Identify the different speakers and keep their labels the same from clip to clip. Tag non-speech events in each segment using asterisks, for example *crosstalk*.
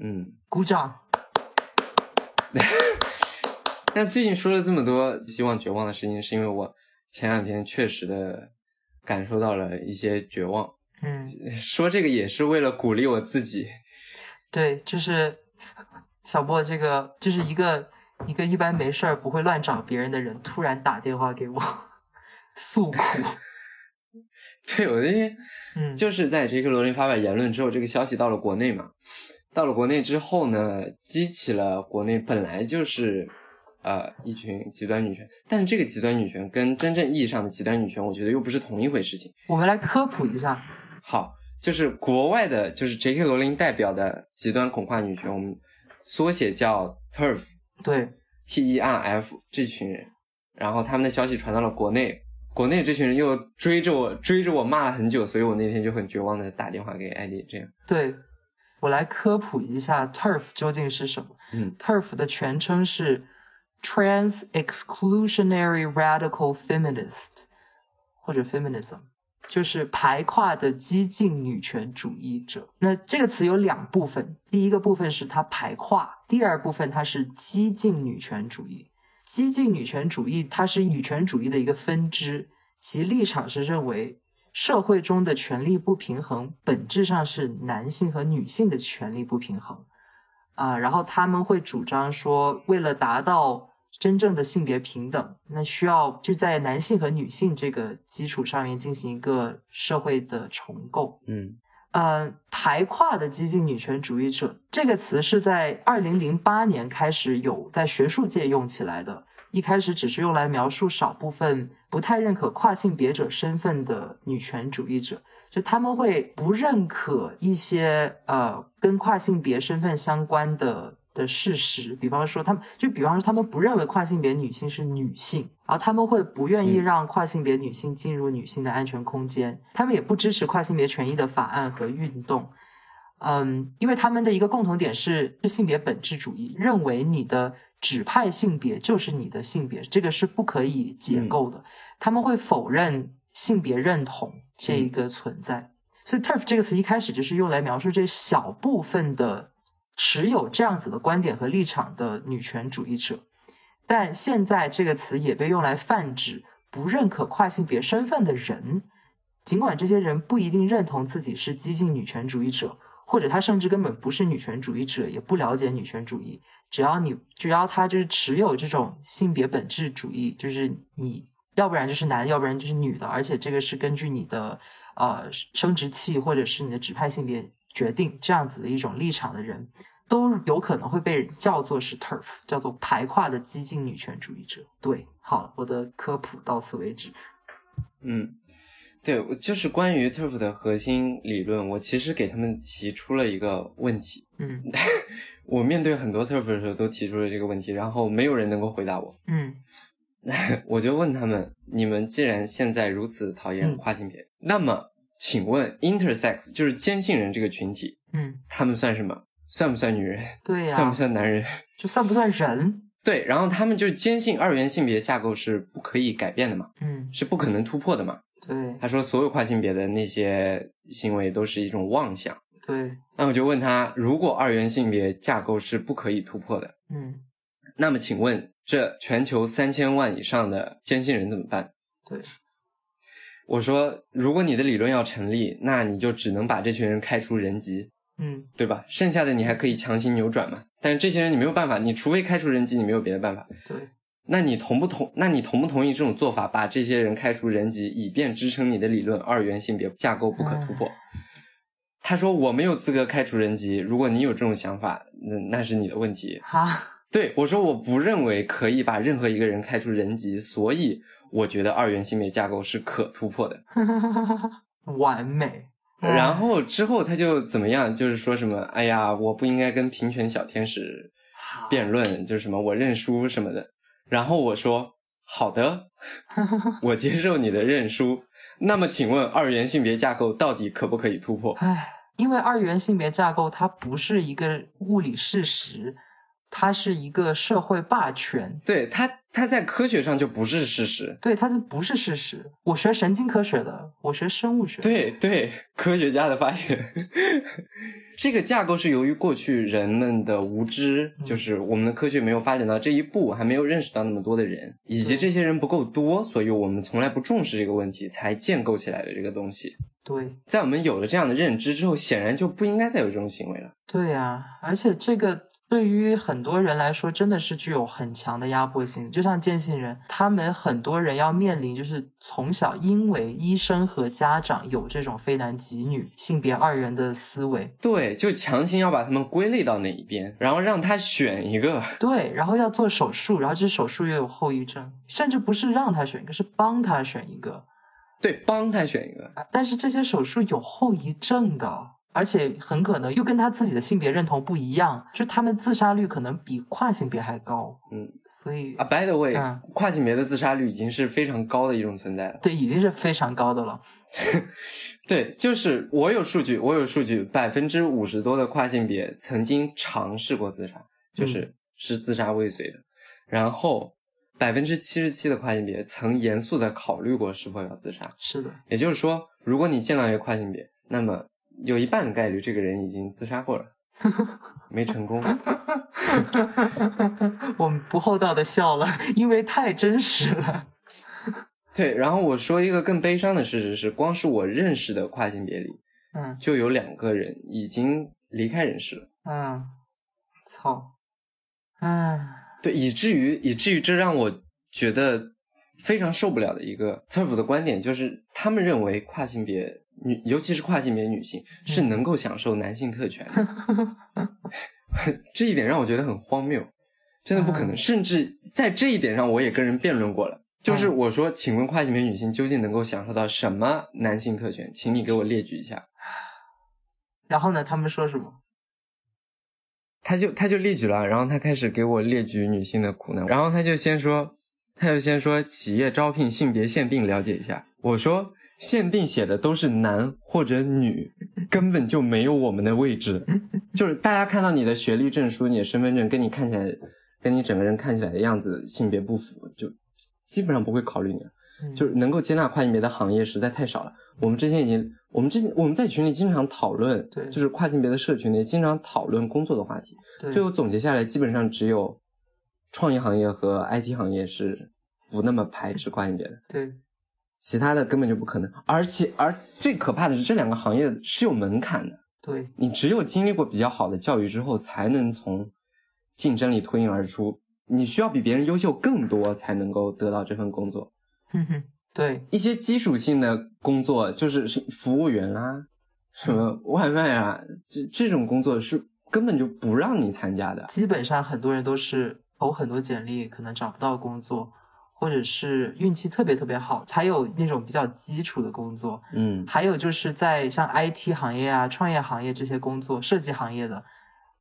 Speaker 1: 嗯，
Speaker 2: 鼓掌。
Speaker 1: 那最近说了这么多希望绝望的事情，是因为我前两天确实的感受到了一些绝望。 *laughs*
Speaker 2: 嗯，
Speaker 1: 说这个也是为了鼓励我自己。 *laughs*
Speaker 2: 对，就是小波这个，就是一个一个一般没事儿不会乱找别人的人，突然打电话给我 *laughs* 诉苦。
Speaker 1: 对，我那天
Speaker 2: 嗯，
Speaker 1: 就是在这个罗琳发表言论之后，这个消息到了国内嘛，到了国内之后呢，激起了国内本来就是呃一群极端女权，但是这个极端女权跟真正意义上的极端女权，我觉得又不是同一回事情。
Speaker 2: 我们来科普一下。
Speaker 1: 好，就是国外的，就是 J.K. 罗琳代表的极端恐跨女权，我们缩写叫 TERF。
Speaker 2: 对，
Speaker 1: T E R F 这群人，然后他们的消息传到了国内，国内这群人又追着我追着我骂了很久，所以我那天就很绝望的打电话给艾丽，这样，
Speaker 2: 对，我来科普一下 TERF 究竟是什么。
Speaker 1: 嗯
Speaker 2: ，TERF 的全称是 Trans Exclusionary Radical Feminist，或者 Feminism，就是排跨的激进女权主义者。那这个词有两部分，第一个部分是它排跨，第二部分它是激进女权主义。激进女权主义它是女权主义的一个分支，其立场是认为社会中的权力不平衡本质上是男性和女性的权力不平衡啊、然后他们会主张说，为了达到真正的性别平等，那需要就在男性和女性这个基础上面进行一个社会的重构。
Speaker 1: 嗯
Speaker 2: 呃，排跨的激进女权主义者这个词是在二零零八年开始有在学术界用起来的，一开始只是用来描述少部分不太认可跨性别者身份的女权主义者，就他们会不认可一些呃跟跨性别身份相关的的事实，比方说他们就比方说他们不认为跨性别女性是女性，然后他们会不愿意
Speaker 1: 嗯
Speaker 2: 让跨性别女性进入女性的安全空间，他们也不支持跨性别权益的法案和运动。嗯，因为他们的一个共同点是是性别本质主义，认为你的指派性别就是你的性别，这个是不可以解
Speaker 1: 嗯
Speaker 2: 构的。他们会否认性别认同这一个存在。所以 TERF 这个词一开始就是用来描述这小部分的持有这样子的观点和立场的女权主义者，但现在这个词也被用来泛指不认可跨性别身份的人，尽管这些人不一定认同自己是激进女权主义者，或者他甚至根本不是女权主义者，也不了解女权主义，只要你只要他就是持有这种性别本质主义，就是你要不然就是男，要不然就是女的，而且这个是根据你的呃生殖器或者是你的指派性别决定这样子的一种立场的人，都有可能会被人叫做是 TERF，叫做排跨的激进女权主义者。对，好了，我的科普到此为止。
Speaker 1: 嗯，对，我就是关于 TERF 的核心理论，我其实给他们提出了一个问题，
Speaker 2: 嗯
Speaker 1: 我面对很多 TERF 的时候都提出了这个问题，然后没有人能够回答我，
Speaker 2: 嗯
Speaker 1: *laughs* 我就问他们：你们既然现在如此讨厌
Speaker 2: 嗯
Speaker 1: 跨性别，那么请问 intersex 就是坚信人这个群体，
Speaker 2: 嗯，
Speaker 1: 他们算什么？算不算女人？
Speaker 2: 对啊呀、
Speaker 1: 算不算男人？ *laughs*
Speaker 2: 这算不算人？
Speaker 1: 对，然后他们就坚信二元性别架构是不可以改变的嘛，
Speaker 2: 嗯，
Speaker 1: 是不可能突破的嘛。
Speaker 2: 对
Speaker 1: 他说所有跨性别的那些行为都是一种妄想。
Speaker 2: 对，
Speaker 1: 那我就问他，如果二元性别架构是不可以突破的，
Speaker 2: 嗯
Speaker 1: 那么请问这全球三千万以上的坚信人怎么办？
Speaker 2: 对，
Speaker 1: 我说，如果你的理论要成立，那你就只能把这群人开除人籍，
Speaker 2: 嗯
Speaker 1: 对吧？剩下的你还可以强行扭转嘛。但是这些人你没有办法，你除非开除人籍，你没有别的办法。
Speaker 2: 对，
Speaker 1: 那你同不同？那你同不同意这种做法，把这些人开除人籍，以便支撑你的理论二元性别架构不可突破？他说我没有资格开除人籍，如果你有这种想法，那那是你的问题。
Speaker 2: 哈，
Speaker 1: 对我说，我不认为可以把任何一个人开除人籍，所以我觉得二元性别架构是可突破的。
Speaker 2: *laughs* 完美。
Speaker 1: 然后之后他就怎么样，就是说什么，哎呀，我不应该跟平权小天使
Speaker 2: 好
Speaker 1: 辩论，就是什么我认输什么的。然后我说好的，我接受你的认输。那么请问二元性别架构到底可不可以突破？
Speaker 2: 唉，因为二元性别架构它不是一个物理事实，它是一个社会霸权。
Speaker 1: 对它，它在科学上就不是事实。
Speaker 2: 对，它这不是事实。我学
Speaker 1: *laughs*
Speaker 2: 神经科学的，我学生物学。，
Speaker 1: 对对，科学家的发言。这个架构是由于过去人们的无知，
Speaker 2: 嗯
Speaker 1: 就是我们的科学没有发展到这一步，还没有认识到那么多的人，以及
Speaker 2: 对
Speaker 1: 这些人不够多，所以我们从来不重视这个问题，才建构起来的这个东西。
Speaker 2: 对
Speaker 1: 在我们有了这样的认知之后，显然就不应该再有这种行为了。
Speaker 2: 对呀、而且这个对于很多人来说，真的是具有很强的压迫性。就像践行人，他们很多人要面临就是从小因为医生和家长有这种非男即女、性别二元的思维，
Speaker 1: 对，就强行要把他们归类到哪一边，然后让他选一个。
Speaker 2: 对，然后要做手术，然后这手术又有后遗症，甚至不是让他选一个，是帮他选一个。呃
Speaker 1: 对，帮他选一个。
Speaker 2: 但是这些手术有后遗症的，而且很可能又跟他自己的性别认同不一样，就他们自杀率可能比跨性别还高。
Speaker 1: 嗯，
Speaker 2: 所以
Speaker 1: 啊，by the way，、
Speaker 2: 嗯
Speaker 1: 跨性别的自杀率已经是非常高的一种存在了。
Speaker 2: 对，已经是非常高的了。
Speaker 1: 对，就是我有数据，我有数据，百分之五十多的跨性别曾经尝试过自杀，就是是自杀未遂的。然后百分之七十七的跨性别曾严肃的考虑过是否要自杀。
Speaker 2: 是的， *laughs*
Speaker 1: 也就是说，如果你见到一个跨性别，那么有一半的概率这个人已经自杀过了，没成功。
Speaker 2: 我们不厚道的笑了，因为太真实了。
Speaker 1: 对，然后我说一个更悲伤的事实是，光是我认识的跨性别里，
Speaker 2: 嗯
Speaker 1: 就有两个人已经离开人世了。
Speaker 2: 嗯，操，嗯。
Speaker 1: 对，以至于以至于这让我觉得非常受不了的一个 TERF 的观点就是，他们认为跨性别女，尤其是跨性别女性是能够享受男性特权的，这一点让我觉得很荒谬，真的不可能。
Speaker 2: 嗯
Speaker 1: 甚至在这一点上，我也跟人辩论过了。就是我说，请问跨性别女性究竟能够享受到什么男性特权？请你给我列举一下。
Speaker 2: 然后呢？他们说什么？
Speaker 1: 他就他就列举了，然后他开始给我列举女性的苦难，然后他就先说，他就先说企业招聘性别限定了解一下。我说限定写的都是男或者女，根本就没有我们的位置，就是大家看到你的学历证书、你的身份证跟你看起来，跟你整个人看起来的样子性别不符，就基本上不会考虑你
Speaker 2: 嗯
Speaker 1: 了。就是能够接纳跨性别的行业实在太少了。我们之前已经，我们之前我们在群里经常讨论，
Speaker 2: 对
Speaker 1: 就是跨性别的社群里经常讨论工作的话题。
Speaker 2: 对
Speaker 1: 最后总结下来，基本上只有创意行业和 IT 行业是不那么排斥跨性别的，
Speaker 2: 对
Speaker 1: 其他的根本就不可能。而且，而最可怕的是，这两个行业是有门槛的，
Speaker 2: 对
Speaker 1: 你只有经历过比较好的教育之后，才能从竞争里脱颖而出。你需要比别人优秀更多，才能够得到这份工作。
Speaker 2: 哼嗯哼，对
Speaker 1: 一些基础性的工作，就是是服务员啊，什么外卖啊，这这种工作是根本就不让你参加的。
Speaker 2: 基本上很多人都是投很多简历，可能找不到工作，或者是运气特别特别好，才有那种比较基础的工作。
Speaker 1: 嗯，
Speaker 2: 还有就是在像 IT 行业啊、创业行业这些工作、设计行业的，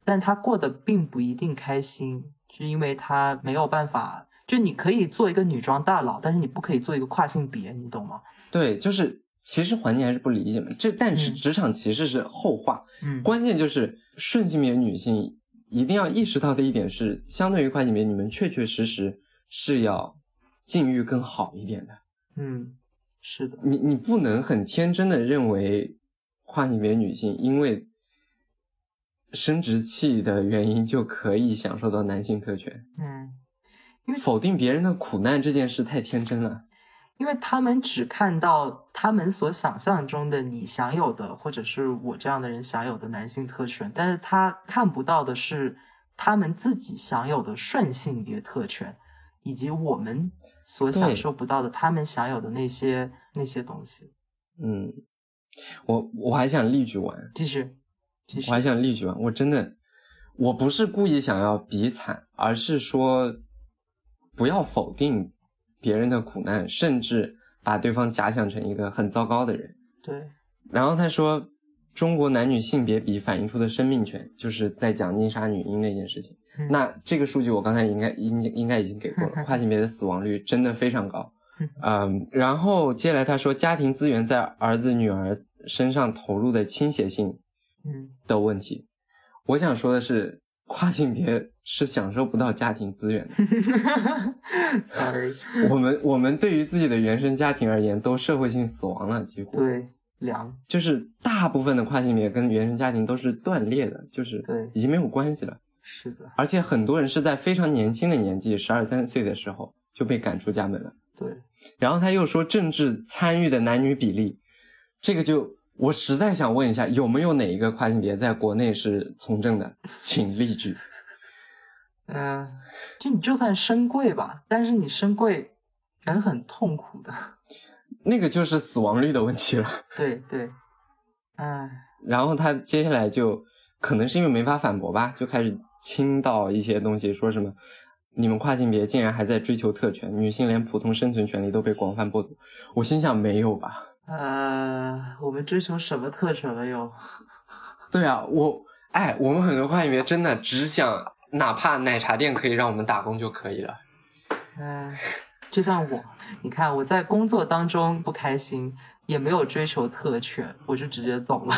Speaker 2: 但他过得并不一定开心，是因为他没有办法。就你可以做一个女装大佬，但是你不可以做一个跨性别，你懂吗？
Speaker 1: 对，就是歧视环境还是不理解嘛。这但是
Speaker 2: 嗯
Speaker 1: 职场歧视是后话，
Speaker 2: 嗯，
Speaker 1: 关键就是顺性别女性一定要意识到的一点是，相对于跨性别，你们确确实实是要境遇更好一点的。
Speaker 2: 嗯，是的，
Speaker 1: 你你不能很天真的认为跨性别女性因为生殖器的原因就可以享受到男性特权，
Speaker 2: 嗯。
Speaker 1: 否定别人的苦难这件事太天真了。
Speaker 2: 因为他们只看到他们所想象中的你享有的，或者是我这样的人享有的男性特权，但是他看不到的是他们自己享有的顺性别特权，以及我们所享受不到的他们享有的那些那些东西。
Speaker 1: 嗯，我我还想例举完，
Speaker 2: 继续，继续
Speaker 1: 我，还想例举完，我真的我不是故意想要比惨，而是说不要否定别人的苦难，甚至把对方假想成一个很糟糕的人。
Speaker 2: 对，
Speaker 1: 然后他说，中国男女性别比反映出的生命权，就是在讲宁杀女婴那件事情。
Speaker 2: 嗯
Speaker 1: 那这个数据我刚才应该应应该已经给过了，跨性别的死亡率真的非常高
Speaker 2: 嗯。
Speaker 1: 嗯，然后接下来他说，家庭资源在儿子女儿身上投入的倾斜性
Speaker 2: 嗯， *laughs*
Speaker 1: 的问题。我想说的是，跨性别是享受不到家庭资源的。
Speaker 2: sorry， *laughs*
Speaker 1: 我们我们对于自己的原生家庭而言，都社会性死亡了，几乎。
Speaker 2: 对凉。
Speaker 1: 就是大部分的跨性别跟原生家庭都是断裂的，就是
Speaker 2: 对
Speaker 1: 已经没有关系了。
Speaker 2: 是的，
Speaker 1: 而且很多人是在非常年轻的年纪，十二三岁的时候就被赶出家门了。
Speaker 2: 对，
Speaker 1: 然后他又说政治参与的男女比例，这个就我实在想问一下，有没有哪一个跨性别在国内是从政的？请例举。
Speaker 2: 嗯、就你就算身贵吧，但是你身贵人很痛苦的。
Speaker 1: 那个就是死亡率的问题了。
Speaker 2: 对对，哎，
Speaker 1: 然后他接下来就可能是因为没法反驳吧，就开始倾倒一些东西，说什么你们跨性别竟然还在追求特权，女性连普通生存权利都被广泛剥夺。我心想没有吧？
Speaker 2: 呃，我们追求什么特权了又？
Speaker 1: 对啊，我哎，我们很多跨性别真的只想，哪怕奶茶店可以让我们打工就可以了。
Speaker 2: 嗯，就像我，你看我在工作当中不开心，也没有追求特权，我就直接走了。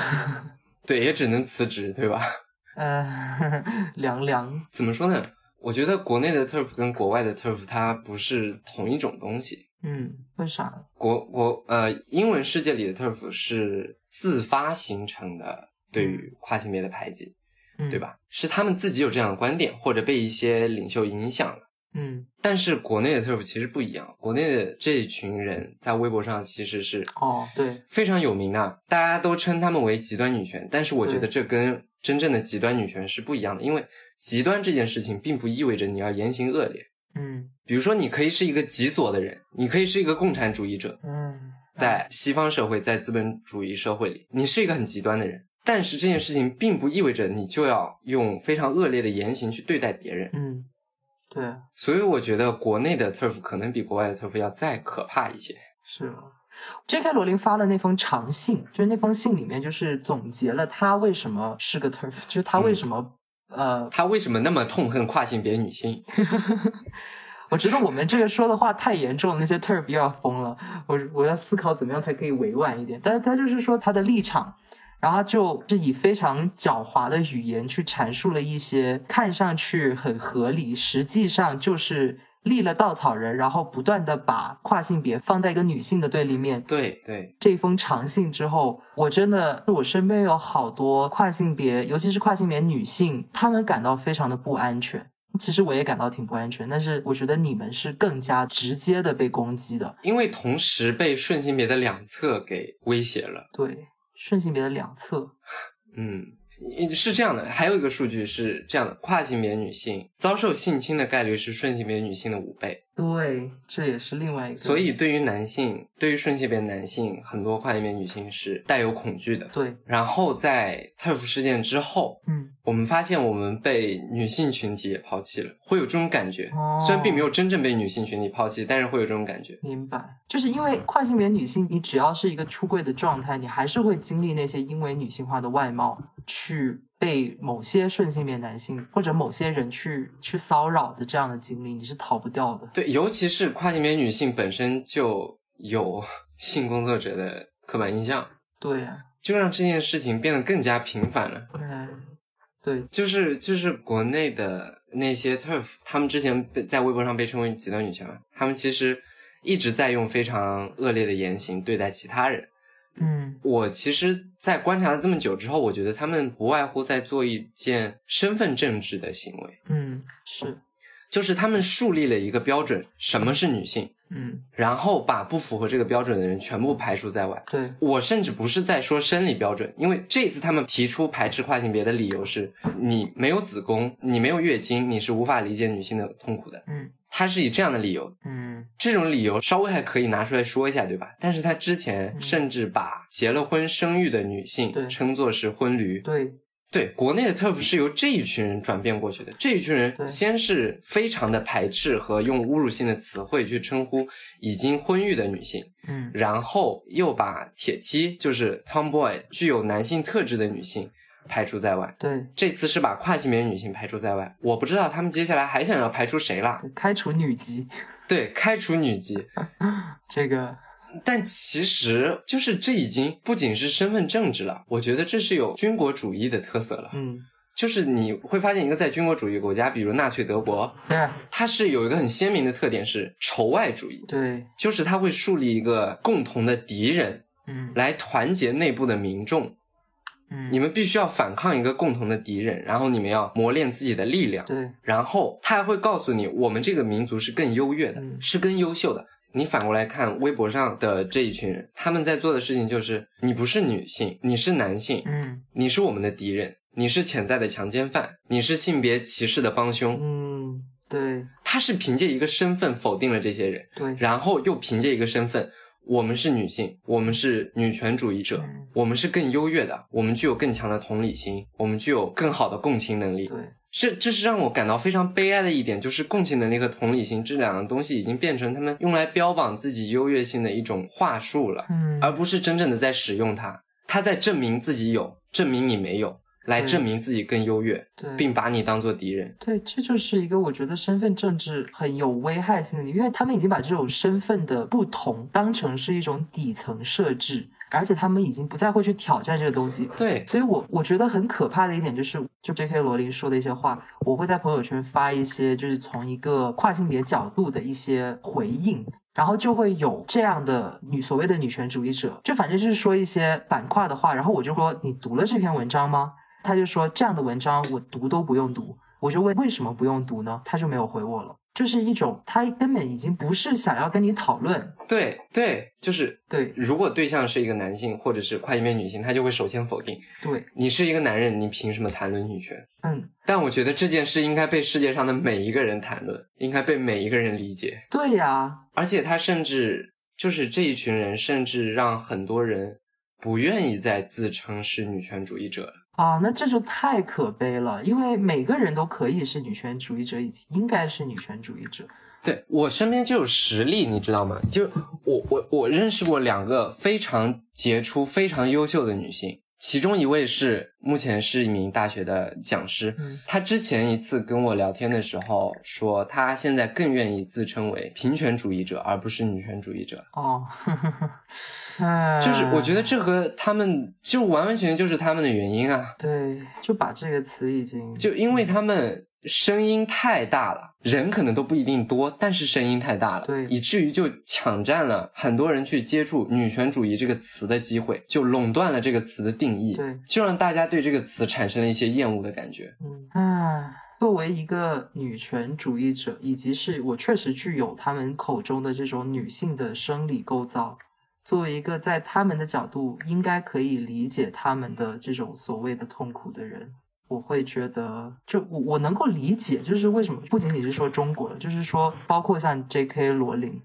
Speaker 1: 对，也只能辞职，对吧？ *laughs*
Speaker 2: 呃，凉凉，
Speaker 1: 怎么说呢？我觉得国内的 turf 跟国外的 turf 它不是同一种东西。
Speaker 2: 嗯，为啥？
Speaker 1: 国国呃，英文世界里的 turf 是自发形成的对于跨性别的排挤，
Speaker 2: 嗯，
Speaker 1: 对？吧？是他们自己有这样的观点，或者被一些领袖影响了。
Speaker 2: 嗯，
Speaker 1: 但是国内的 turf 其实不一样，国内的这一群人在微博上其实是
Speaker 2: 哦，对，
Speaker 1: 非常有名的，大家都称他们为极端女权，但是我觉得
Speaker 2: 对
Speaker 1: 这跟真正的极端女权是不一样的，因为极端这件事情并不意味着你要言行恶劣。
Speaker 2: 嗯
Speaker 1: 比如说，你可以是一个极左的人，你可以是一个共产主义者，
Speaker 2: 嗯，
Speaker 1: 在西方社会，在资本主义社会里，你是一个很极端的人，但是这件事情并不意味着你就要用非常恶劣的言行去对待别人。
Speaker 2: 嗯，对，
Speaker 1: 所以我觉得国内的 turf 可能比国外的 turf 要再可怕一些。
Speaker 2: 是吗？J.K. 罗琳发的那封长信，就是那封信里面，就是总结了他为什么是个 turf，就是他为
Speaker 1: 嗯
Speaker 2: 什么、呃，
Speaker 1: 他为什么那么痛恨跨性别女性？
Speaker 2: 我觉得我们这个说的话太严重了，那些 turf 又要疯了。我我要思考怎么样才可以委婉一点。但是他就是说他的立场，然后他就是以非常狡猾的语言去阐述了一些看上去很合理，实际上就是立了稻草人，然后不断的把跨性别放在一个女性的对立面，
Speaker 1: 对对，
Speaker 2: 这封长信之后，我真的我身边有好多跨性别，尤其是跨性别女性，她们感到非常的不安全。其实我也感到挺不安全，但是我觉得你们是更加直接的被攻击的。
Speaker 1: 因为同时被顺性别的两侧给威胁了。
Speaker 2: 对，顺性别的两侧，
Speaker 1: 嗯，是这样的。还有一个数据是这样的：跨性别女性遭受性侵的概率是顺性别女性的五倍。
Speaker 2: 对，这也是另外一个。
Speaker 1: 所以，对于男性，对于顺性别男性，很多跨性别女性是带有恐惧的。
Speaker 2: 对，
Speaker 1: 然后在 TERF 事件之后，
Speaker 2: 嗯，
Speaker 1: 我们发现我们被女性群体也抛弃了，会有这种感觉。
Speaker 2: 哦
Speaker 1: 虽然并没有真正被女性群体抛弃，但是会有这种感觉。
Speaker 2: 明白。嗯就是因为跨性别女性，你只要是一个出柜的状态，你还是会经历那些因为女性化的外貌去被某些顺性别男性或者某些人去去骚扰的这样的经历，你是逃不掉的。
Speaker 1: 对，尤其是跨性别女性本身就有 *laughs* 性工作者的刻板印象，
Speaker 2: 对啊，
Speaker 1: 就让这件事情变得更加频繁了。
Speaker 2: 嗯，对，
Speaker 1: 就是就是国内的那些 TERF，他们之前被在微博上被称为极端女权嘛，他们其实一直在用非常恶劣的言行对待其他人。
Speaker 2: 嗯
Speaker 1: 我其实，在观察了这么久之后，我觉得他们不外乎在做一件身份政治的行为，
Speaker 2: 嗯是，
Speaker 1: 就是他们树立了一个标准，什么是女性，
Speaker 2: 嗯
Speaker 1: 然后把不符合这个标准的人全部排除在外。
Speaker 2: 对，
Speaker 1: 我甚至不是在说生理标准，因为这次他们提出排斥跨性别的理由是，你没有子宫，你没有月经，你是无法理解女性的痛苦的。
Speaker 2: 嗯
Speaker 1: 他是以这样的理由，
Speaker 2: 嗯
Speaker 1: 这种理由稍微还可以拿出来说一下，对吧？但是他之前
Speaker 2: 嗯
Speaker 1: 甚至把结了婚生育的女性
Speaker 2: 对
Speaker 1: 称作是婚驴。
Speaker 2: 对，
Speaker 1: 对，国内的 TERF 是由这一群人转变过去的。这一群人
Speaker 2: 对
Speaker 1: 先是非常的排斥和用侮辱性的词汇去称呼已经婚育的女性，
Speaker 2: 嗯
Speaker 1: 然后又把铁梯，就是 tomboy 具有男性特质的女性排除在外。
Speaker 2: 对。
Speaker 1: 这次是把跨性别女性排除在外，我不知道他们接下来还想要排除谁啦。
Speaker 2: 对开除女籍，
Speaker 1: 对，开除女籍，
Speaker 2: 这个
Speaker 1: 但其实就是这已经不仅是身份政治了，我觉得这是有军国主义的特色了。
Speaker 2: 嗯，
Speaker 1: 就是你会发现一个在军国主义国家，比如纳粹德国，
Speaker 2: 对啊
Speaker 1: 它是有一个很鲜明的特点是仇外主义，
Speaker 2: 对，
Speaker 1: 就是它会树立一个共同的敌人，
Speaker 2: 嗯
Speaker 1: 来团结内部的民众。
Speaker 2: 嗯，
Speaker 1: 你们必须要反抗一个共同的敌人，然后你们要磨练自己的力量。
Speaker 2: 对，
Speaker 1: 然后他还会告诉你，我们这个民族是更优越的，
Speaker 2: 嗯
Speaker 1: 是更优秀的。你反过来看微博上的这一群人，他们在做的事情就是：你不是女性，你是男性，
Speaker 2: 嗯
Speaker 1: 你是我们的敌人，你是潜在的强奸犯，你是性别歧视的帮凶。
Speaker 2: 嗯，对
Speaker 1: 他是凭借一个身份否定了这些人，
Speaker 2: 对，
Speaker 1: 然后又凭借一个身份，我们是女性，我们是女权主义者
Speaker 2: 嗯，
Speaker 1: 我们是更优越的，我们具有更强的同理心，我们具有更好的共情能力。
Speaker 2: 对
Speaker 1: 这这是让我感到非常悲哀的一点，就是共情能力和同理心这两个东西已经变成他们用来标榜自己优越性的一种话术了，
Speaker 2: 嗯，
Speaker 1: 而不是真正的在使用它。他在证明自己有，证明你没有，来
Speaker 2: 嗯
Speaker 1: 证明自己更优越，
Speaker 2: 对
Speaker 1: 并把你当做敌人。
Speaker 2: 对，这就是一个我觉得身份政治很有危害性的，因为他们已经把这种身份的不同当成是一种底层设置，而且他们已经不再会去挑战这个东西。
Speaker 1: 对，
Speaker 2: 所以我我觉得很可怕的一点就是，就 J.K. 罗琳说的一些话，我会在朋友圈发一些，就是从一个跨性别角度的一些回应。然后就会有这样的女所谓的女权主义者，就反正就是说一些反跨的话，然后我就说你读了这篇文章吗？他就说这样的文章我读都不用读，我就问为什么不用读呢？他就没有回我了，就是一种他根本已经不是想要跟你讨论，
Speaker 1: 对，对，就是
Speaker 2: 对
Speaker 1: 如果对象是一个男性或者是跨性别女性，他就会首先否定
Speaker 2: 对，
Speaker 1: 你是一个男人，你凭什么谈论女权？
Speaker 2: 嗯，
Speaker 1: 但我觉得这件事应该被世界上的每一个人谈论，应该被每一个人理解。
Speaker 2: 对呀、
Speaker 1: 而且他甚至就是这一群人，甚至让很多人不愿意再自称是女权主义者了。
Speaker 2: 啊，那这就太可悲了，因为每个人都可以是女权主义者，以及应该是女权主义者。
Speaker 1: 对我身边就有实例，你知道吗？就我我我认识过两个非常杰出、非常优秀的女性，其中一位是目前是一名大学的讲师。
Speaker 2: 嗯
Speaker 1: 她之前一次跟我聊天的时候说，她现在更愿意自称为平权主义者，而不是女权主义者。
Speaker 2: 哦， *laughs* 哎，
Speaker 1: 就是我觉得这和他们就完完全全就是他们的原因啊。
Speaker 2: 对，就把这个词已经
Speaker 1: 就因为他们声音太大了，人可能都不一定多，但是声音太大了，
Speaker 2: 对
Speaker 1: 以至于就抢占了很多人去接触女权主义这个词的机会，就垄断了这个词的定义，
Speaker 2: 对，
Speaker 1: 就让大家对这个词产生了一些厌恶的感觉。
Speaker 2: 嗯，哎，作为一个女权主义者，以及是我确实具有他们口中的这种女性的生理构造，作为一个在他们的角度应该可以理解他们的这种所谓的痛苦的人，我会觉得，就我我能够理解，就是为什么不仅仅是说中国了，就是说包括像 J.K. 罗琳。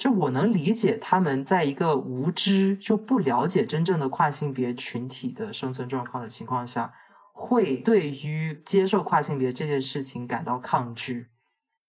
Speaker 2: 就我能理解他们在一个无知就不了解真正的跨性别群体的生存状况的情况下，会对于接受跨性别这件事情感到抗拒，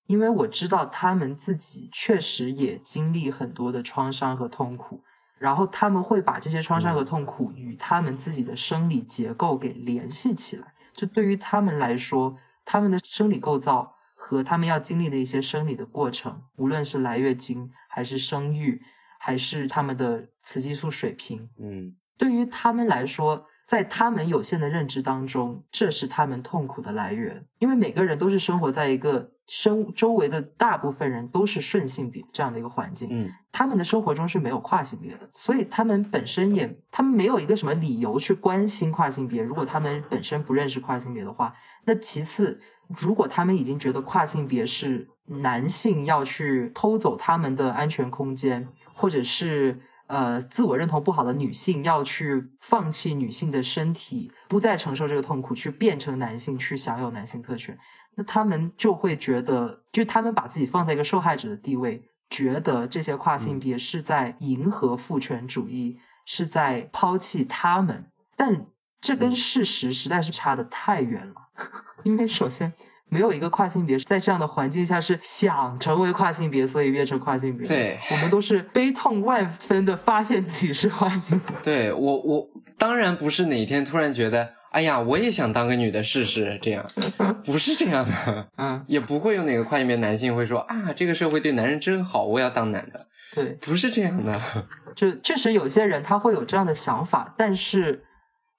Speaker 2: 因为我知道他们自己确实也经历很多的创伤和痛苦，然后他们会把这些创伤和痛苦与他们自己的生理结构给联系起来。就对于他们来说，他们的生理构造和他们要经历的一些生理的过程，无论是来月经还是生育，还是他们的雌激素水平，
Speaker 1: 嗯，
Speaker 2: 对于他们来说，在他们有限的认知当中，这是他们痛苦的来源。因为每个人都是生活在一个生周围的大部分人都是顺性别这样的一个环境，
Speaker 1: 嗯，
Speaker 2: 他们的生活中是没有跨性别的，所以他们本身也他们没有一个什么理由去关心跨性别。如果他们本身不认识跨性别的话，那其次，如果他们已经觉得跨性别是男性要去偷走他们的安全空间，或者是呃自我认同不好的女性要去放弃女性的身体，不再承受这个痛苦，去变成男性，去享有男性特权，那他们就会觉得，就他们把自己放在一个受害者的地位，觉得这些跨性别是在迎合父权主义，是在抛弃他们，但这跟事实实在是差得太远了。因为首先，没有一个跨性别在这样的环境下是想成为跨性别，所以变成跨性别。
Speaker 1: 对，
Speaker 2: 我们都是悲痛万分的发现自己是跨性
Speaker 1: *laughs*
Speaker 2: 别。
Speaker 1: 对我我当然不是哪天突然觉得，哎呀，我也想当个女的试试，这样不是这样的，
Speaker 2: 嗯，
Speaker 1: 也不会有哪个跨性别男性会说啊，这个社会对男人真好，我要当男的，
Speaker 2: 对，
Speaker 1: 不是这样的。
Speaker 2: 就确实有些人他会有这样的想法，但是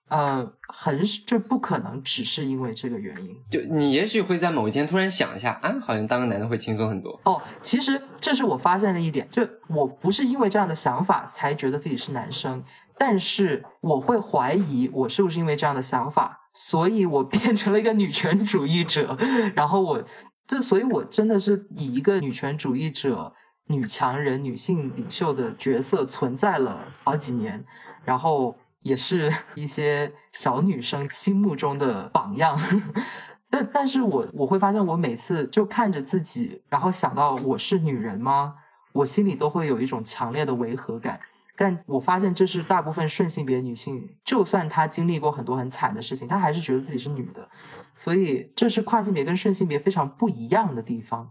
Speaker 2: 呃，很就不可能只是因为这个原因。
Speaker 1: 就你也许会在某一天突然想一下，啊，好像当个男的会轻松很多。
Speaker 2: 哦，其实这是我发现的一点，就我不是因为这样的想法才觉得自己是男生，但是我会怀疑我是不是因为这样的想法，所以我变成了一个女权主义者，然后我就所以，我真的是以一个女权主义者、女强人、女性领袖的角色存在了好几年，然后也是一些小女生心目中的榜样。 *laughs* 但但是我我会发现，我每次就看着自己，然后想到我是女人吗？我心里都会有一种强烈的违和感。但我发现这是大部分顺性别女性，就算她经历过很多很惨的事情，她还是觉得自己是女的。所以这是跨性别跟顺性别非常不一样的地方。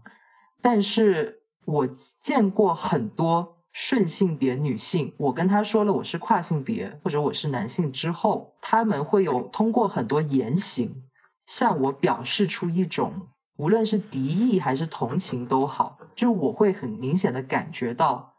Speaker 2: 但是我见过很多顺性别女性，我跟她说了我是跨性别或者我是男性之后，她们会有通过很多言行向我表示出一种无论是敌意还是同情都好，就是我会很明显的感觉到。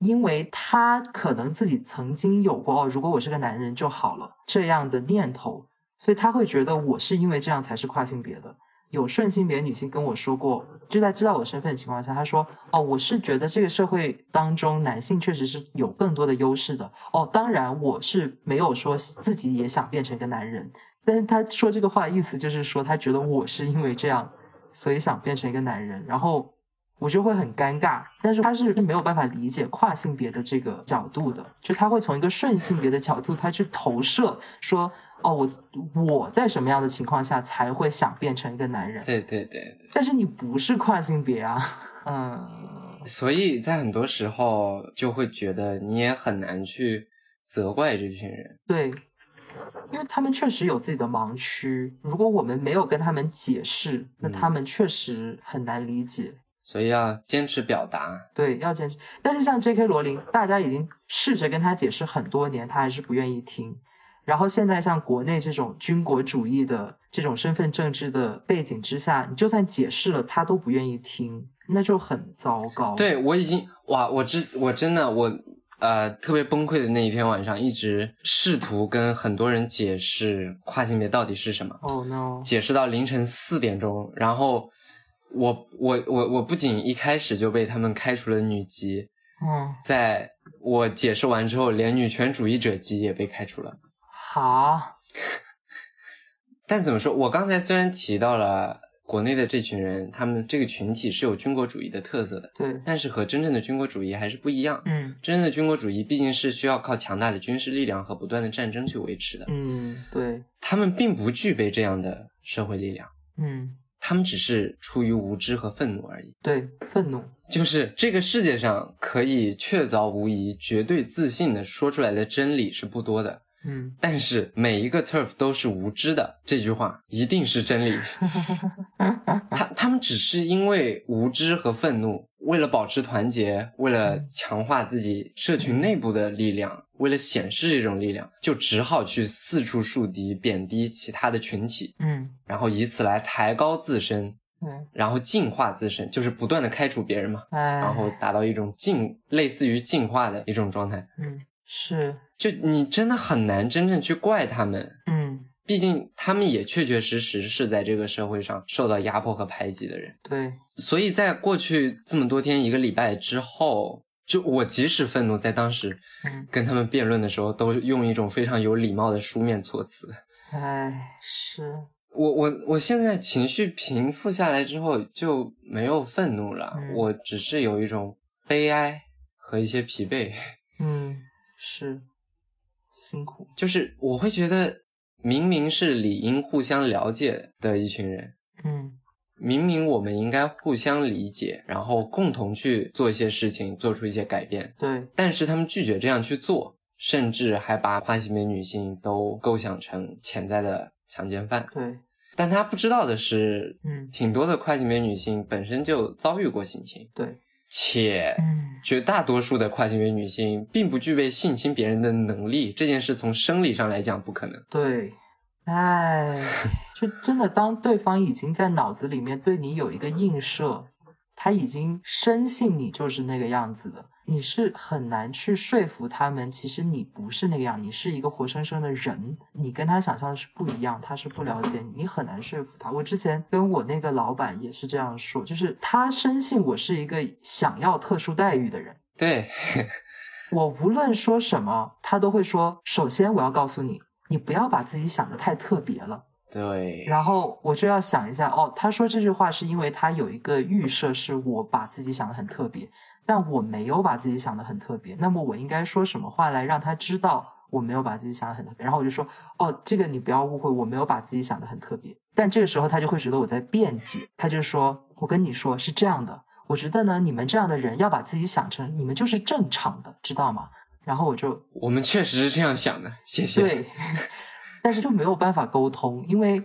Speaker 2: 因为他可能自己曾经有过哦，如果我是个男人就好了这样的念头，所以他会觉得我是因为这样才是跨性别的。有顺性别女性跟我说过，就在知道我身份的情况下，她说：“哦，我是觉得这个社会当中男性确实是有更多的优势的。哦，当然我是没有说自己也想变成一个男人，但是她说这个话的意思就是说，她觉得我是因为这样，所以想变成一个男人。然后我就会很尴尬，但是他是没有办法理解跨性别的这个角度的，就他会从一个顺性别的角度，他去投射说，哦，我我在什么样的情况下才会想变成一个男人？
Speaker 1: 对对对，
Speaker 2: 但是你不是跨性别啊，嗯，
Speaker 1: 所以在很多时候就会觉得你也很难去责怪这群人。
Speaker 2: 对，因为他们确实有自己的盲区，如果我们没有跟他们解释，那他们确实很难理解。
Speaker 1: 所以要坚持表达，
Speaker 2: 对，要坚持。但是像 J.K. 罗琳，大家已经试着跟他解释很多年，他还是不愿意听。然后现在像国内这种军国主义的这种身份政治的背景之下，你就算解释了，他都不愿意听，那就很糟糕。，
Speaker 1: 对我已经哇，我之我真的我呃特别崩溃的那一天晚上，一直试图跟很多人解释跨性别到底是什么，
Speaker 2: 哦、no，
Speaker 1: 解释到凌晨四点钟，然后我我我我不仅一开始就被他们开除了女籍，
Speaker 2: 嗯，
Speaker 1: 在我解释完之后，连女权主义者级也被开除了。
Speaker 2: 好，
Speaker 1: 但怎么说，我刚才虽然提到了国内的这群人，他们这个群体是有军国主义的特色的，
Speaker 2: 对，
Speaker 1: 但是和真正的军国主义还是不一样。
Speaker 2: 嗯
Speaker 1: 真正的军国主义毕竟是需要靠强大的军事力量和不断的战争去维持的，
Speaker 2: 嗯，对，
Speaker 1: 他们并不具备这样的社会力量，
Speaker 2: 嗯
Speaker 1: 他们只是出于无知和愤怒而已。
Speaker 2: 对，愤怒，
Speaker 1: 就是这个世界上可以确凿无疑、绝对自信的说出来的真理是不多的，
Speaker 2: 嗯，
Speaker 1: 但是每一个 turf 都是无知的这句话一定是真理。他他们只是因为无知和愤怒，为了保持团结，为了强化自己社群内部的力量，为了显示这种力量，就只好去四处树敌、贬低其他的群体，
Speaker 2: 嗯，
Speaker 1: 然后以此来抬高自身，
Speaker 2: 对，
Speaker 1: 然后净化自身，就是不断的开除别人嘛，
Speaker 2: 哎，
Speaker 1: 然后达到一种进类似于进化的一种状态。
Speaker 2: 嗯，是，
Speaker 1: 就你真的很难真正去怪他们，
Speaker 2: 嗯，
Speaker 1: 毕竟他们也确确实实是在这个社会上受到压迫和排挤的人，
Speaker 2: 对，
Speaker 1: 所以在过去这么多天一个礼拜之后，就我即使愤怒，在当时
Speaker 2: 嗯，
Speaker 1: 跟他们辩论的时候，都用一种非常有礼貌的书面措辞。
Speaker 2: 哎，是，
Speaker 1: 我我我现在情绪平复下来之后，就没有愤怒了，
Speaker 2: 嗯
Speaker 1: 我只是有一种悲哀和一些疲惫，
Speaker 2: 嗯，是辛苦。
Speaker 1: 就是我会觉得明明是理应互相了解的一群人，
Speaker 2: 嗯
Speaker 1: 明明我们应该互相理解，然后共同去做一些事情，做出一些改变，，
Speaker 2: 对，
Speaker 1: 但是他们拒绝这样去做，甚至还把跨性别女性都构想成潜在的强奸犯。
Speaker 2: 对，
Speaker 1: 但他不知道的是，
Speaker 2: 嗯，
Speaker 1: 挺多的跨性别女性本身就遭遇过性侵，
Speaker 2: 对，
Speaker 1: 且
Speaker 2: 嗯，
Speaker 1: 绝大多数的跨性别女性并不具备性侵别人的能力，这件事从生理上来讲不可能。
Speaker 2: 对， *laughs* 哎，就真的，当对方已经在脑子里面对你有一个映射，他已经深信你就是那个样子的，你是很难去说服他们，其实你不是那个样，你是一个活生生的人，你跟他想象的是不一样，他是不了解你，你很难说服他。我之前跟我那个老板也是这样说，就是他深信我是一个想要特殊待遇的人，
Speaker 1: 对，
Speaker 2: 我无论说什么，他都会说，首先我要告诉你，你不要把自己想的太特别了。
Speaker 1: 对，
Speaker 2: 然后我就要想一下，哦，他说这句话是因为他有一个预设，是我把自己想的很特别，但我没有把自己想的很特别，那么我应该说什么话来让他知道我没有把自己想的很特别？然后我就说，哦，这个你不要误会，我没有把自己想的很特别。但这个时候他就会觉得我在辩解，他就说，我跟你说是这样的，我觉得呢，你们这样的人要把自己想成你们就是正常的，知道吗？然后我就
Speaker 1: 我们确实是这样想的，谢谢。
Speaker 2: 对， *laughs* 但是就没有办法沟通，因为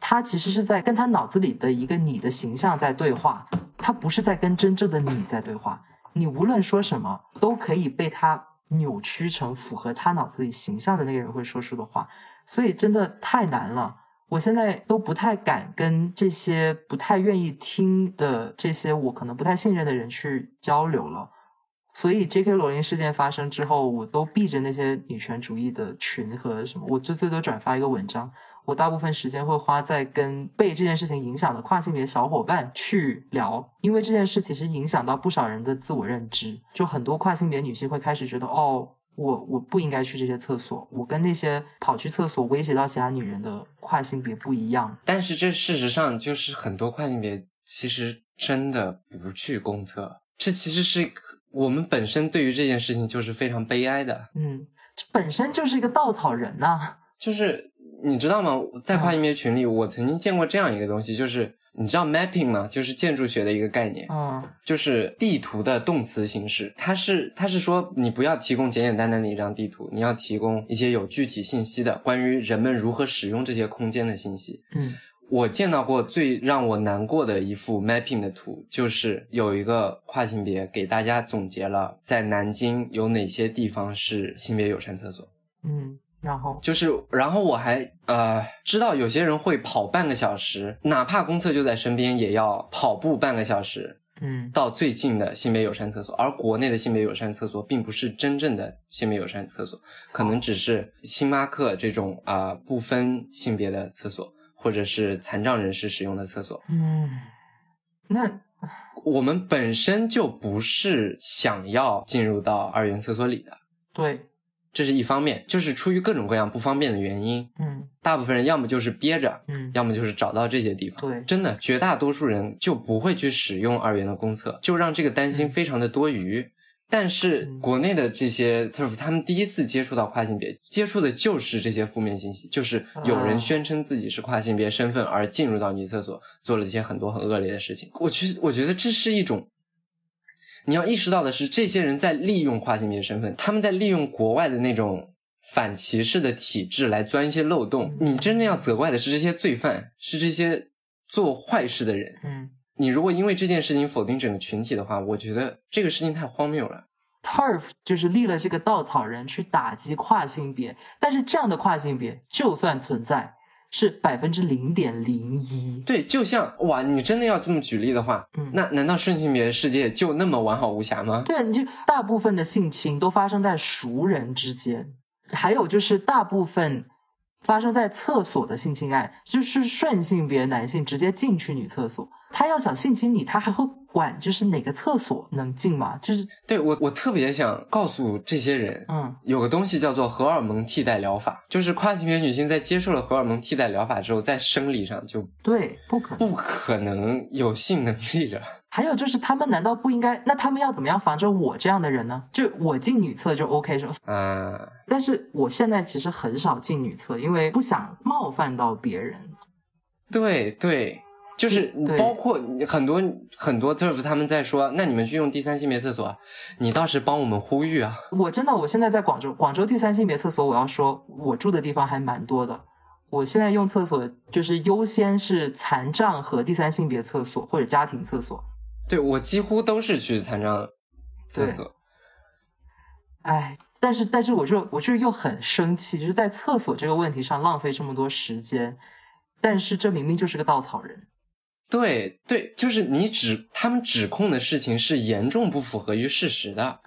Speaker 2: 他其实是在跟他脑子里的一个你的形象在对话，他不是在跟真正的你在对话。你无论说什么，都可以被他扭曲成符合他脑子里形象的那个人会说出的话，所以真的太难了。我现在都不太敢跟这些不太愿意听的这些我可能不太信任的人去交流了。所以 J.K. 罗琳事件发生之后，我都避着那些女权主义的群和什么，我就最多转发一个文章。我大部分时间会花在跟被这件事情影响的跨性别小伙伴去聊，因为这件事其实影响到不少人的自我认知。就很多跨性别女性会开始觉得，哦，我我不应该去这些厕所，我跟那些跑去厕所威胁到其他女人的跨性别不一样。
Speaker 1: 但是这事实上就是很多跨性别其实真的不去公厕，这其实是我们本身对于这件事情就是非常悲哀的。
Speaker 2: 嗯，这本身就是一个稻草人呐、
Speaker 1: 就是你知道吗？
Speaker 2: 嗯
Speaker 1: 在跨性别群里，我曾经见过这样一个东西，就是你知道 mapping 吗？就是建筑学的一个概念，
Speaker 2: 嗯
Speaker 1: 就是地图的动词形式。它是它是说你不要提供简简单单的一张地图，你要提供一些有具体信息的关于人们如何使用这些空间的信息。
Speaker 2: 嗯
Speaker 1: 我见到过最让我难过的一幅 mapping 的图，就是有一个跨性别给大家总结了在南京有哪些地方是性别友善厕所。
Speaker 2: 嗯，然后
Speaker 1: 就是，然后我还呃知道有些人会跑半个小时，哪怕公厕就在身边，也要跑步半个小时
Speaker 2: 嗯。
Speaker 1: 到最近的性别友善厕所。而国内的性别友善厕所并不是真正的性别友善厕所，可能只是星巴克这种啊、呃不分性别的厕所，或者是残障人士使用的厕所。
Speaker 2: 嗯，那
Speaker 1: 我们本身就不是想要进入到二元厕所里的，
Speaker 2: 对，
Speaker 1: 这是一方面，就是出于各种各样不方便的原因，
Speaker 2: 嗯
Speaker 1: 大部分人要么就是憋着。
Speaker 2: 嗯，
Speaker 1: 要么就是找到这些地方。
Speaker 2: 对
Speaker 1: 真的，绝大多数人就不会去使用二元的公厕，就让这个担心非常的多余。但是
Speaker 2: 嗯
Speaker 1: 国内的这些 TERF，他们第一次接触到跨性别，接触的就是这些负面信息，就是有人
Speaker 2: 啊
Speaker 1: 宣称自己是跨性别身份而进入到女厕所，做了一些很多很恶劣的事情。我觉我觉得这是一种。你要意识到的是，这些人在利用跨性别身份，他们在利用国外的那种反歧视的体制来钻一些漏洞。
Speaker 2: 嗯
Speaker 1: 你真正要责怪的是这些罪犯，是这些做坏事的人。
Speaker 2: 嗯
Speaker 1: 你如果因为这件事情否定整个群体的话，我觉得这个事情太荒谬了。
Speaker 2: ，TERF 就是立了这个稻草人去打击跨性别，但是这样的跨性别就算存在，是百分之零点零一。
Speaker 1: 对，就像哇，你真的要这么举例的话，
Speaker 2: 嗯
Speaker 1: 那难道顺性别世界就那么完好无瑕吗？
Speaker 2: 对，你就大部分的性侵都发生在熟人之间，还有就是大部分发生在厕所的性侵案，就是顺性别男性直接进去女厕所，他要想性侵你，他还会管就是哪个厕所能进吗？就是
Speaker 1: 对我，我特别想告诉这些人，
Speaker 2: 嗯
Speaker 1: 有个东西叫做荷尔蒙替代疗法，就是跨性别女性在接受了荷尔蒙替代疗法之后，在生理上就，
Speaker 2: 对，不可能。
Speaker 1: 不可能有性能力了。
Speaker 2: 还有就是，他们难道不应该？那他们要怎么样防着我这样的人呢？就我进女厕就 OK 是吧？
Speaker 1: 啊，
Speaker 2: 但是我现在其实很少进女厕，因为不想冒犯到别人。
Speaker 1: 对对，就是
Speaker 2: 这对
Speaker 1: 包括很多很多 TERF 他们在说，那你们去用第三性别厕所啊，你倒是帮我们呼吁啊。
Speaker 2: 我真的，我现在在广州，广州第三性别厕所，我要说，我住的地方还蛮多的。我现在用厕所就是优先是残障和第三性别厕所或者家庭厕所。
Speaker 1: 对我几乎都是去残障厕
Speaker 2: 对
Speaker 1: 所，
Speaker 2: 哎，但是但是我就我就又很生气，就是在厕所这个问题上浪费这么多时间，但是这明明就是个稻草人。
Speaker 1: 对对，就是你指他们指控的事情是严重不符合于事实的，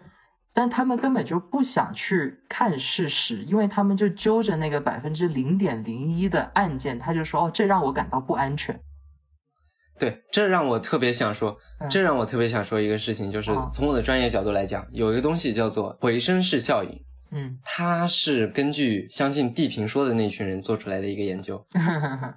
Speaker 2: 但他们根本就不想去看事实，因为他们就揪着那个百分之零点零一的案件，他就说哦，这让我感到不安全。
Speaker 1: 对，这让我特别想说，
Speaker 2: 嗯
Speaker 1: 这让我特别想说一个事情，就是
Speaker 2: 啊
Speaker 1: 从我的专业角度来讲，有一个东西叫做回声式效应，
Speaker 2: 嗯， *laughs*
Speaker 1: 它是根据相信地平说的那群人做出来的一个研究，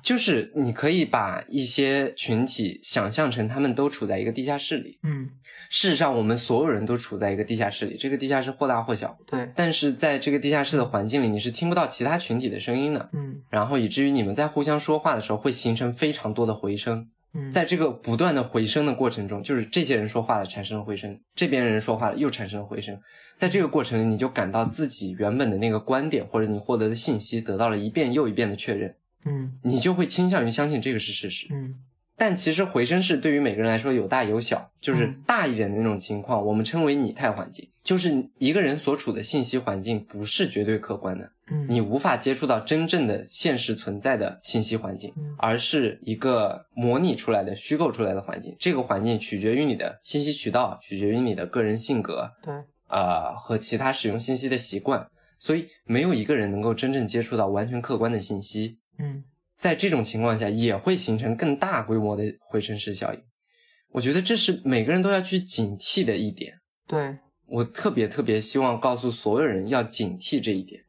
Speaker 1: 就是你可以把一些群体想象成他们都处在一个地下室里，
Speaker 2: 嗯，
Speaker 1: 事实上我们所有人都处在一个地下室里，这个地下室或大或小，
Speaker 2: 对，
Speaker 1: 但是在这个地下室的环境里，你是听不到其他群体的声音的。
Speaker 2: 嗯
Speaker 1: 然后以至于你们在互相说话的时候会形成非常多的回声，
Speaker 2: 嗯，
Speaker 1: 在这个不断的回声的过程中，就是这些人说话了产生了回声，这边人说话了又产生了回声，在这个过程里，你就感到自己原本的那个观点或者你获得的信息得到了一遍又一遍的确认，
Speaker 2: 嗯
Speaker 1: 你就会倾向于相信这个是事实。
Speaker 2: 嗯
Speaker 1: 但其实回声是对于每个人来说有大有小，就是
Speaker 2: 嗯
Speaker 1: 大一点的那种情况，我们称为拟态环境，就是一个人所处的信息环境不是绝对客观的，
Speaker 2: 嗯，
Speaker 1: 你无法接触到真正的现实存在的信息环境
Speaker 2: 嗯，
Speaker 1: 而是一个模拟出来的、虚构出来的环境。这个环境取决于你的信息渠道，取决于你的个人性格，
Speaker 2: 对，
Speaker 1: 呃，和其他使用信息的习惯。所以，没有一个人能够真正接触到完全客观的信息。
Speaker 2: 嗯
Speaker 1: 在这种情况下，也会形成更大规模的回声式效应。我觉得这是每个人都要去警惕的一点。
Speaker 2: 对，
Speaker 1: 我特别特别希望告诉所有人要警惕这一点。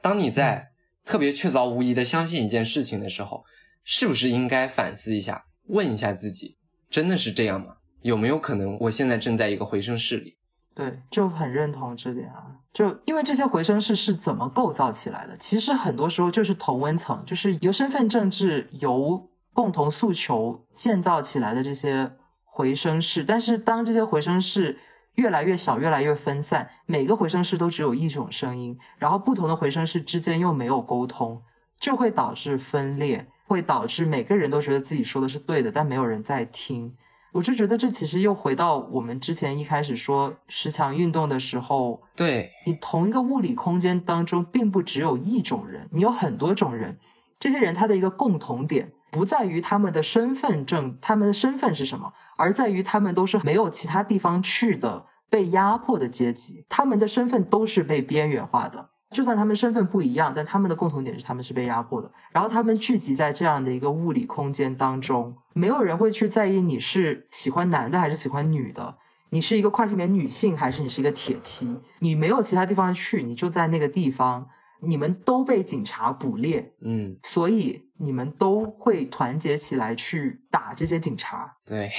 Speaker 1: 当你在特别确凿无疑的相信一件事情的时候，是不是应该反思一下，问一下自己，真的是这样吗？有没有可能我现在正在一个回声室里？
Speaker 2: 对，就很认同这点啊。就因为这些回声室是怎么构造起来的？其实很多时候就是同温层，就是由身份政治、由共同诉求建造起来的这些回声室。但是当这些回声室越来越小、越来越分散，每个回声室都只有一种声音，然后不同的回声室之间又没有沟通，就会导致分裂，会导致每个人都觉得自己说的是对的，但没有人在听。我就觉得这其实又回到我们之前一开始说十强运动的时候，
Speaker 1: 对，
Speaker 2: 你同一个物理空间当中，并不只有一种人，你有很多种人。这些人他的一个共同点不在于他们的身份证，他们的身份是什么，而在于他们都是没有其他地方去的被压迫的阶级，他们的身份都是被边缘化的。就算他们身份不一样，但他们的共同点是他们是被压迫的。然后他们聚集在这样的一个物理空间当中，没有人会去在意你是喜欢男的还是喜欢女的，你是一个跨性别女性，还是你是一个铁梯？你没有其他地方去，你就在那个地方，你们都被警察捕猎，
Speaker 1: 嗯，
Speaker 2: 所以你们都会团结起来去打这些警察。
Speaker 1: 对，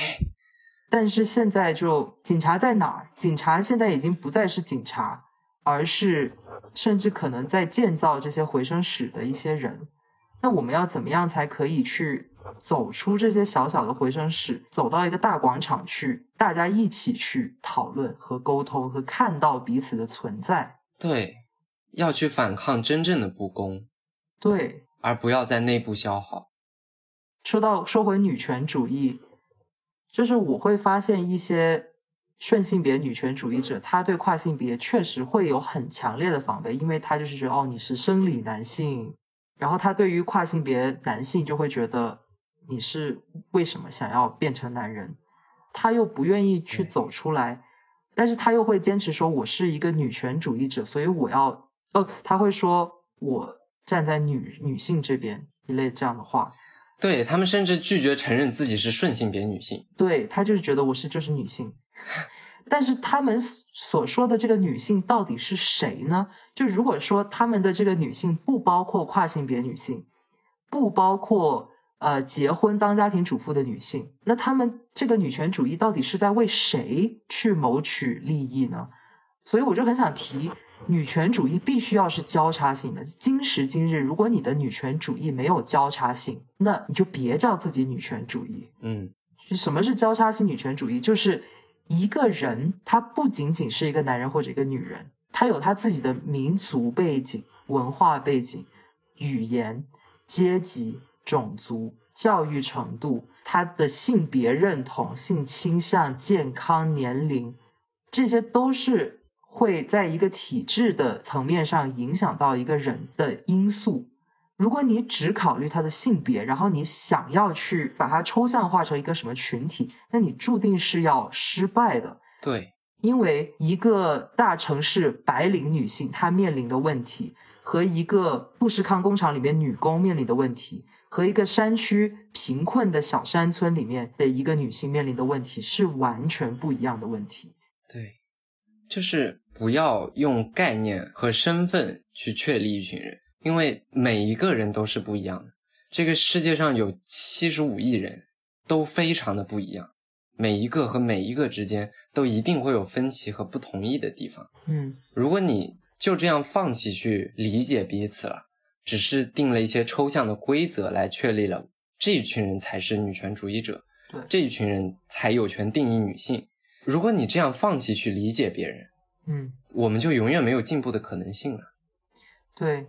Speaker 2: 但是现在就警察在哪儿？警察现在已经不再是警察，而是甚至可能在建造这些回声室的一些人。那我们要怎么样才可以去走出这些小小的回声室，走到一个大广场去，大家一起去讨论和沟通，和看到彼此的存在？
Speaker 1: 对，要去反抗真正的不公，
Speaker 2: 对，
Speaker 1: 而不要在内部消耗。
Speaker 2: 说到说回女权主义，就是我会发现一些顺性别女权主义者，他对跨性别确实会有很强烈的防备，因为他就是觉得哦你是生理男性，然后他对于跨性别男性就会觉得你是为什么想要变成男人，他又不愿意去
Speaker 1: 对
Speaker 2: 走出来，但是他又会坚持说我是一个女权主义者，所以我要哦他会说我站在女女性这边一类这样的话。
Speaker 1: 对他们甚至拒绝承认自己是顺性别女性。
Speaker 2: 对他就是觉得我是就是女性，但是他们所说的这个女性到底是谁呢？就如果说他们的这个女性不包括跨性别女性，不包括呃结婚当家庭主妇的女性，那他们这个女权主义到底是在为谁去谋取利益呢？所以我就很想提，女权主义必须要是交叉性的。今时今日，如果你的女权主义没有交叉性，那你就别叫自己女权主义。
Speaker 1: 嗯，
Speaker 2: 什么是交叉性女权主义？就是一个人他不仅仅是一个男人或者一个女人，他有他自己的民族背景、文化背景、语言、阶级、种族、教育程度、他的性别认同、性倾向、健康、年龄，这些都是会在一个体制的层面上影响到一个人的因素。如果你只考虑他的性别，然后你想要去把它抽象化成一个什么群体，那你注定是要失败的。
Speaker 1: 对，
Speaker 2: 因为一个大城市白领女性她面临的问题，和一个富士康工厂里面女工面临的问题，和一个山区贫困的小山村里面的一个女性面临的问题是完全不一样的问题。
Speaker 1: 对，就是不要用概念和身份去确立一群人，因为每一个人都是不一样的。这个世界上有七十五亿人，都非常的不一样，每一个和每一个之间都一定会有分歧和不同意的地方。
Speaker 2: 嗯
Speaker 1: 如果你就这样放弃去理解彼此了，只是定了一些抽象的规则来确立了这一群人才是女权主义者，
Speaker 2: 对
Speaker 1: 这一群人才有权定义女性。如果你这样放弃去理解别人，
Speaker 2: 嗯，
Speaker 1: 我们就永远没有进步的可能性了。
Speaker 2: 对，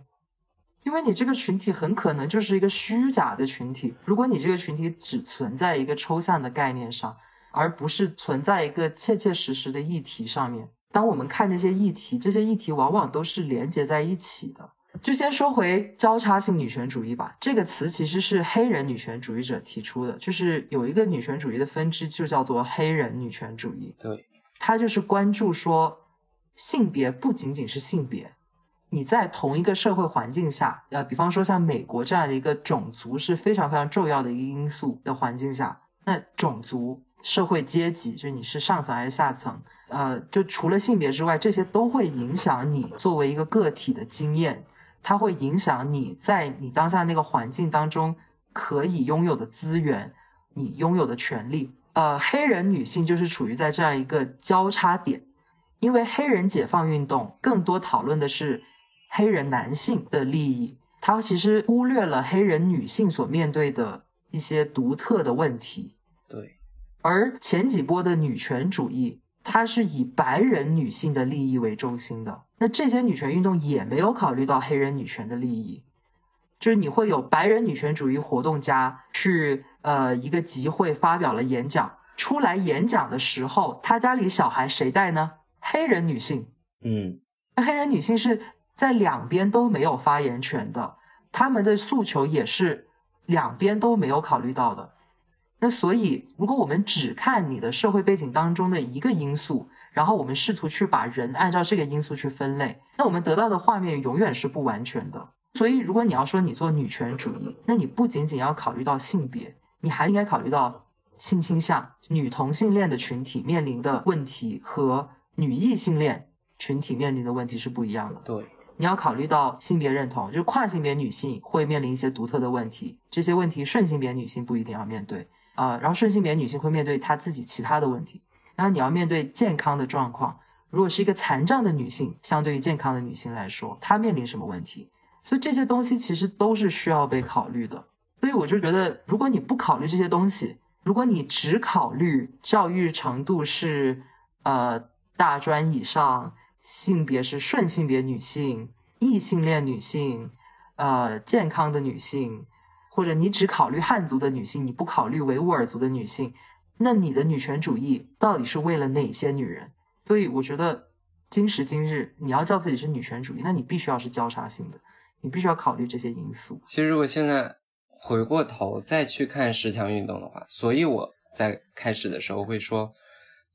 Speaker 2: 因为你这个群体很可能就是一个虚假的群体。如果你这个群体只存在一个抽象的概念上，而不是存在一个切切实实的议题上面，当我们看这些议题，这些议题往往都是连接在一起的。就先说回交叉性女权主义吧，这个词其实是黑人女权主义者提出的，就是有一个女权主义的分支，就叫做黑人女权主义。
Speaker 1: 对，
Speaker 2: 他就是关注说，性别不仅仅是性别，你在同一个社会环境下，呃，比方说像美国这样的一个种族是非常非常重要的一个因素的环境下，那种族、社会阶级，就你是上层还是下层，呃，就除了性别之外，这些都会影响你作为一个个体的经验，它会影响你在你当下那个环境当中可以拥有的资源，你拥有的权利。呃，黑人女性就是处于在这样一个交叉点，因为黑人解放运动更多讨论的是黑人男性的利益，它其实忽略了黑人女性所面对的一些独特的问题。
Speaker 1: 对，
Speaker 2: 而前几波的女权主义，它是以白人女性的利益为中心的。那这些女权运动也没有考虑到黑人女权的利益，就是你会有白人女权主义活动家去呃一个集会发表了演讲，出来演讲的时候，他家里小孩谁带呢？黑人女性，
Speaker 1: 嗯，
Speaker 2: 黑人女性是在两边都没有发言权的，她们的诉求也是两边都没有考虑到的。那所以，如果我们只看你的社会背景当中的一个因素，然后我们试图去把人按照这个因素去分类，那我们得到的画面永远是不完全的。所以，如果你要说你做女权主义，那你不仅仅要考虑到性别，你还应该考虑到性倾向、女同性恋的群体面临的问题和女异性恋群体面临的问题是不一样的。
Speaker 1: 对，
Speaker 2: 你要考虑到性别认同，就是跨性别女性会面临一些独特的问题，这些问题顺性别女性不一定要面对啊、呃然后顺性别女性会面对她自己其他的问题，然后你要面对健康的状况。如果是一个残障的女性，相对于健康的女性来说，她面临什么问题？所以这些东西其实都是需要被考虑的。所以我就觉得，如果你不考虑这些东西，如果你只考虑教育程度是呃大专以上，性别是顺性别女性、异性恋女性、呃健康的女性，或者你只考虑汉族的女性，你不考虑维吾尔族的女性，那你的女权主义到底是为了哪些女人？所以我觉得，今时今日，你要叫自己是女权主义，那你必须要是交叉性的，你必须要考虑这些因素。
Speaker 1: 其实如果现在回过头再去看十强运动的话，所以我在开始的时候会说，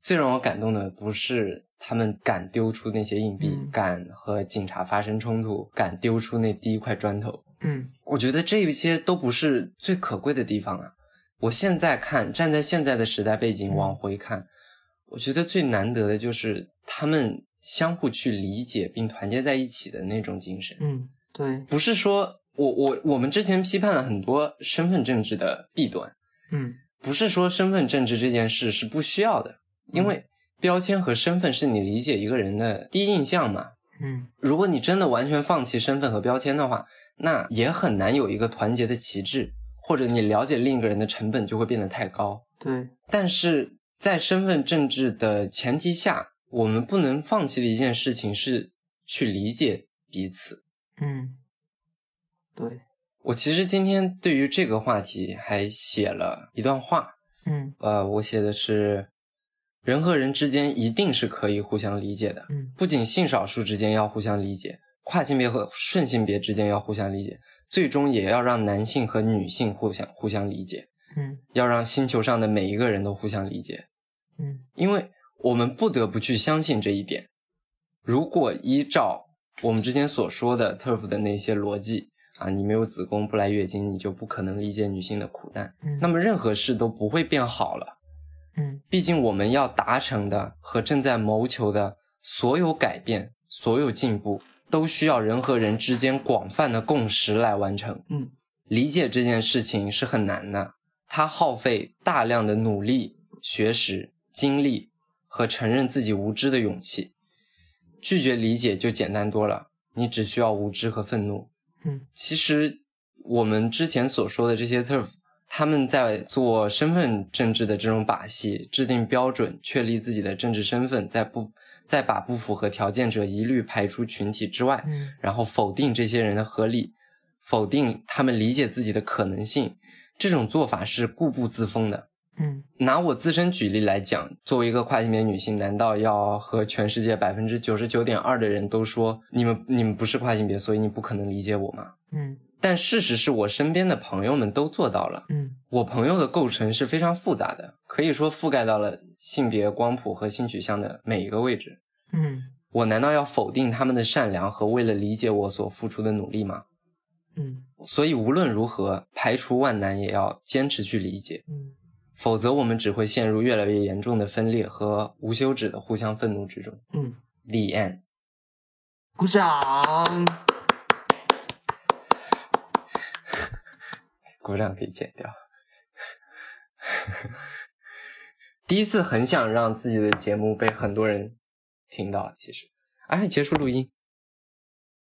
Speaker 1: 最让我感动的不是他们敢丢出那些硬币，
Speaker 2: 嗯
Speaker 1: 敢和警察发生冲突，敢丢出那第一块砖头。
Speaker 2: 嗯
Speaker 1: 我觉得这一些都不是最可贵的地方啊。我现在看，站在现在的时代背景
Speaker 2: 嗯
Speaker 1: 往回看，我觉得最难得的就是他们相互去理解并团结在一起的那种精神。
Speaker 2: 嗯，对，
Speaker 1: 不是说我我我们之前批判了很多身份政治的弊端，
Speaker 2: 嗯
Speaker 1: 不是说身份政治这件事是不需要的，因为标签和身份是你理解一个人的第一印象嘛。
Speaker 2: 嗯
Speaker 1: 如果你真的完全放弃身份和标签的话，那也很难有一个团结的旗帜，或者你了解另一个人的成本就会变得太高。
Speaker 2: 对，
Speaker 1: 但是在身份政治的前提下，我们不能放弃的一件事情是去理解彼此。
Speaker 2: 嗯对，
Speaker 1: 我其实今天对于这个话题还写了一段话，
Speaker 2: 嗯
Speaker 1: 呃，我写的是，人和人之间一定是可以互相理解的，
Speaker 2: 嗯
Speaker 1: 不仅性少数之间要互相理解，跨性别和顺性别之间要互相理解，最终也要让男性和女性互相互相理解，
Speaker 2: 嗯
Speaker 1: 要让星球上的每一个人都互相理解，
Speaker 2: 嗯
Speaker 1: 因为我们不得不去相信这一点。如果依照我们之前所说的 TERF 的那些逻辑啊，你没有子宫不来月经，你就不可能理解女性的苦难。
Speaker 2: 嗯，
Speaker 1: 那么任何事都不会变好了。
Speaker 2: 嗯
Speaker 1: 毕竟我们要达成的和正在谋求的所有改变、所有进步，都需要人和人之间广泛的共识来完成。
Speaker 2: 嗯，
Speaker 1: 理解这件事情是很难的，它耗费大量的努力、学识、精力和承认自己无知的勇气。拒绝理解就简单多了，你只需要无知和愤怒。
Speaker 2: 嗯，
Speaker 1: 其实我们之前所说的这些 TERF，他们在做身份政治的这种把戏，制定标准，确立自己的政治身份，在不再把不符合条件者一律排出群体之外，
Speaker 2: 嗯
Speaker 1: 然后否定这些人的合理，否定他们理解自己的可能性，这种做法是固步自封的。
Speaker 2: 嗯
Speaker 1: 拿我自身举例来讲，作为一个跨性别女性，难道要和全世界百分之九十九点二的人都说你们你们不是跨性别，所以你不可能理解我吗？
Speaker 2: 嗯
Speaker 1: 但事实是我身边的朋友们都做到了。
Speaker 2: 嗯
Speaker 1: 我朋友的构成是非常复杂的，可以说覆盖到了性别光谱和性取向的每一个位置。
Speaker 2: 嗯
Speaker 1: 我难道要否定他们的善良和为了理解我所付出的努力吗？
Speaker 2: 嗯
Speaker 1: 所以无论如何，排除万难也要坚持去理解，
Speaker 2: 嗯
Speaker 1: 否则我们只会陷入越来越严重的分裂和无休止的互相愤怒之中。
Speaker 2: 嗯，
Speaker 1: The end。
Speaker 2: 鼓掌。
Speaker 1: 鼓掌可以剪掉。 *laughs* 第一次很想让自己的节目被很多人听到，其实，哎，结束录音。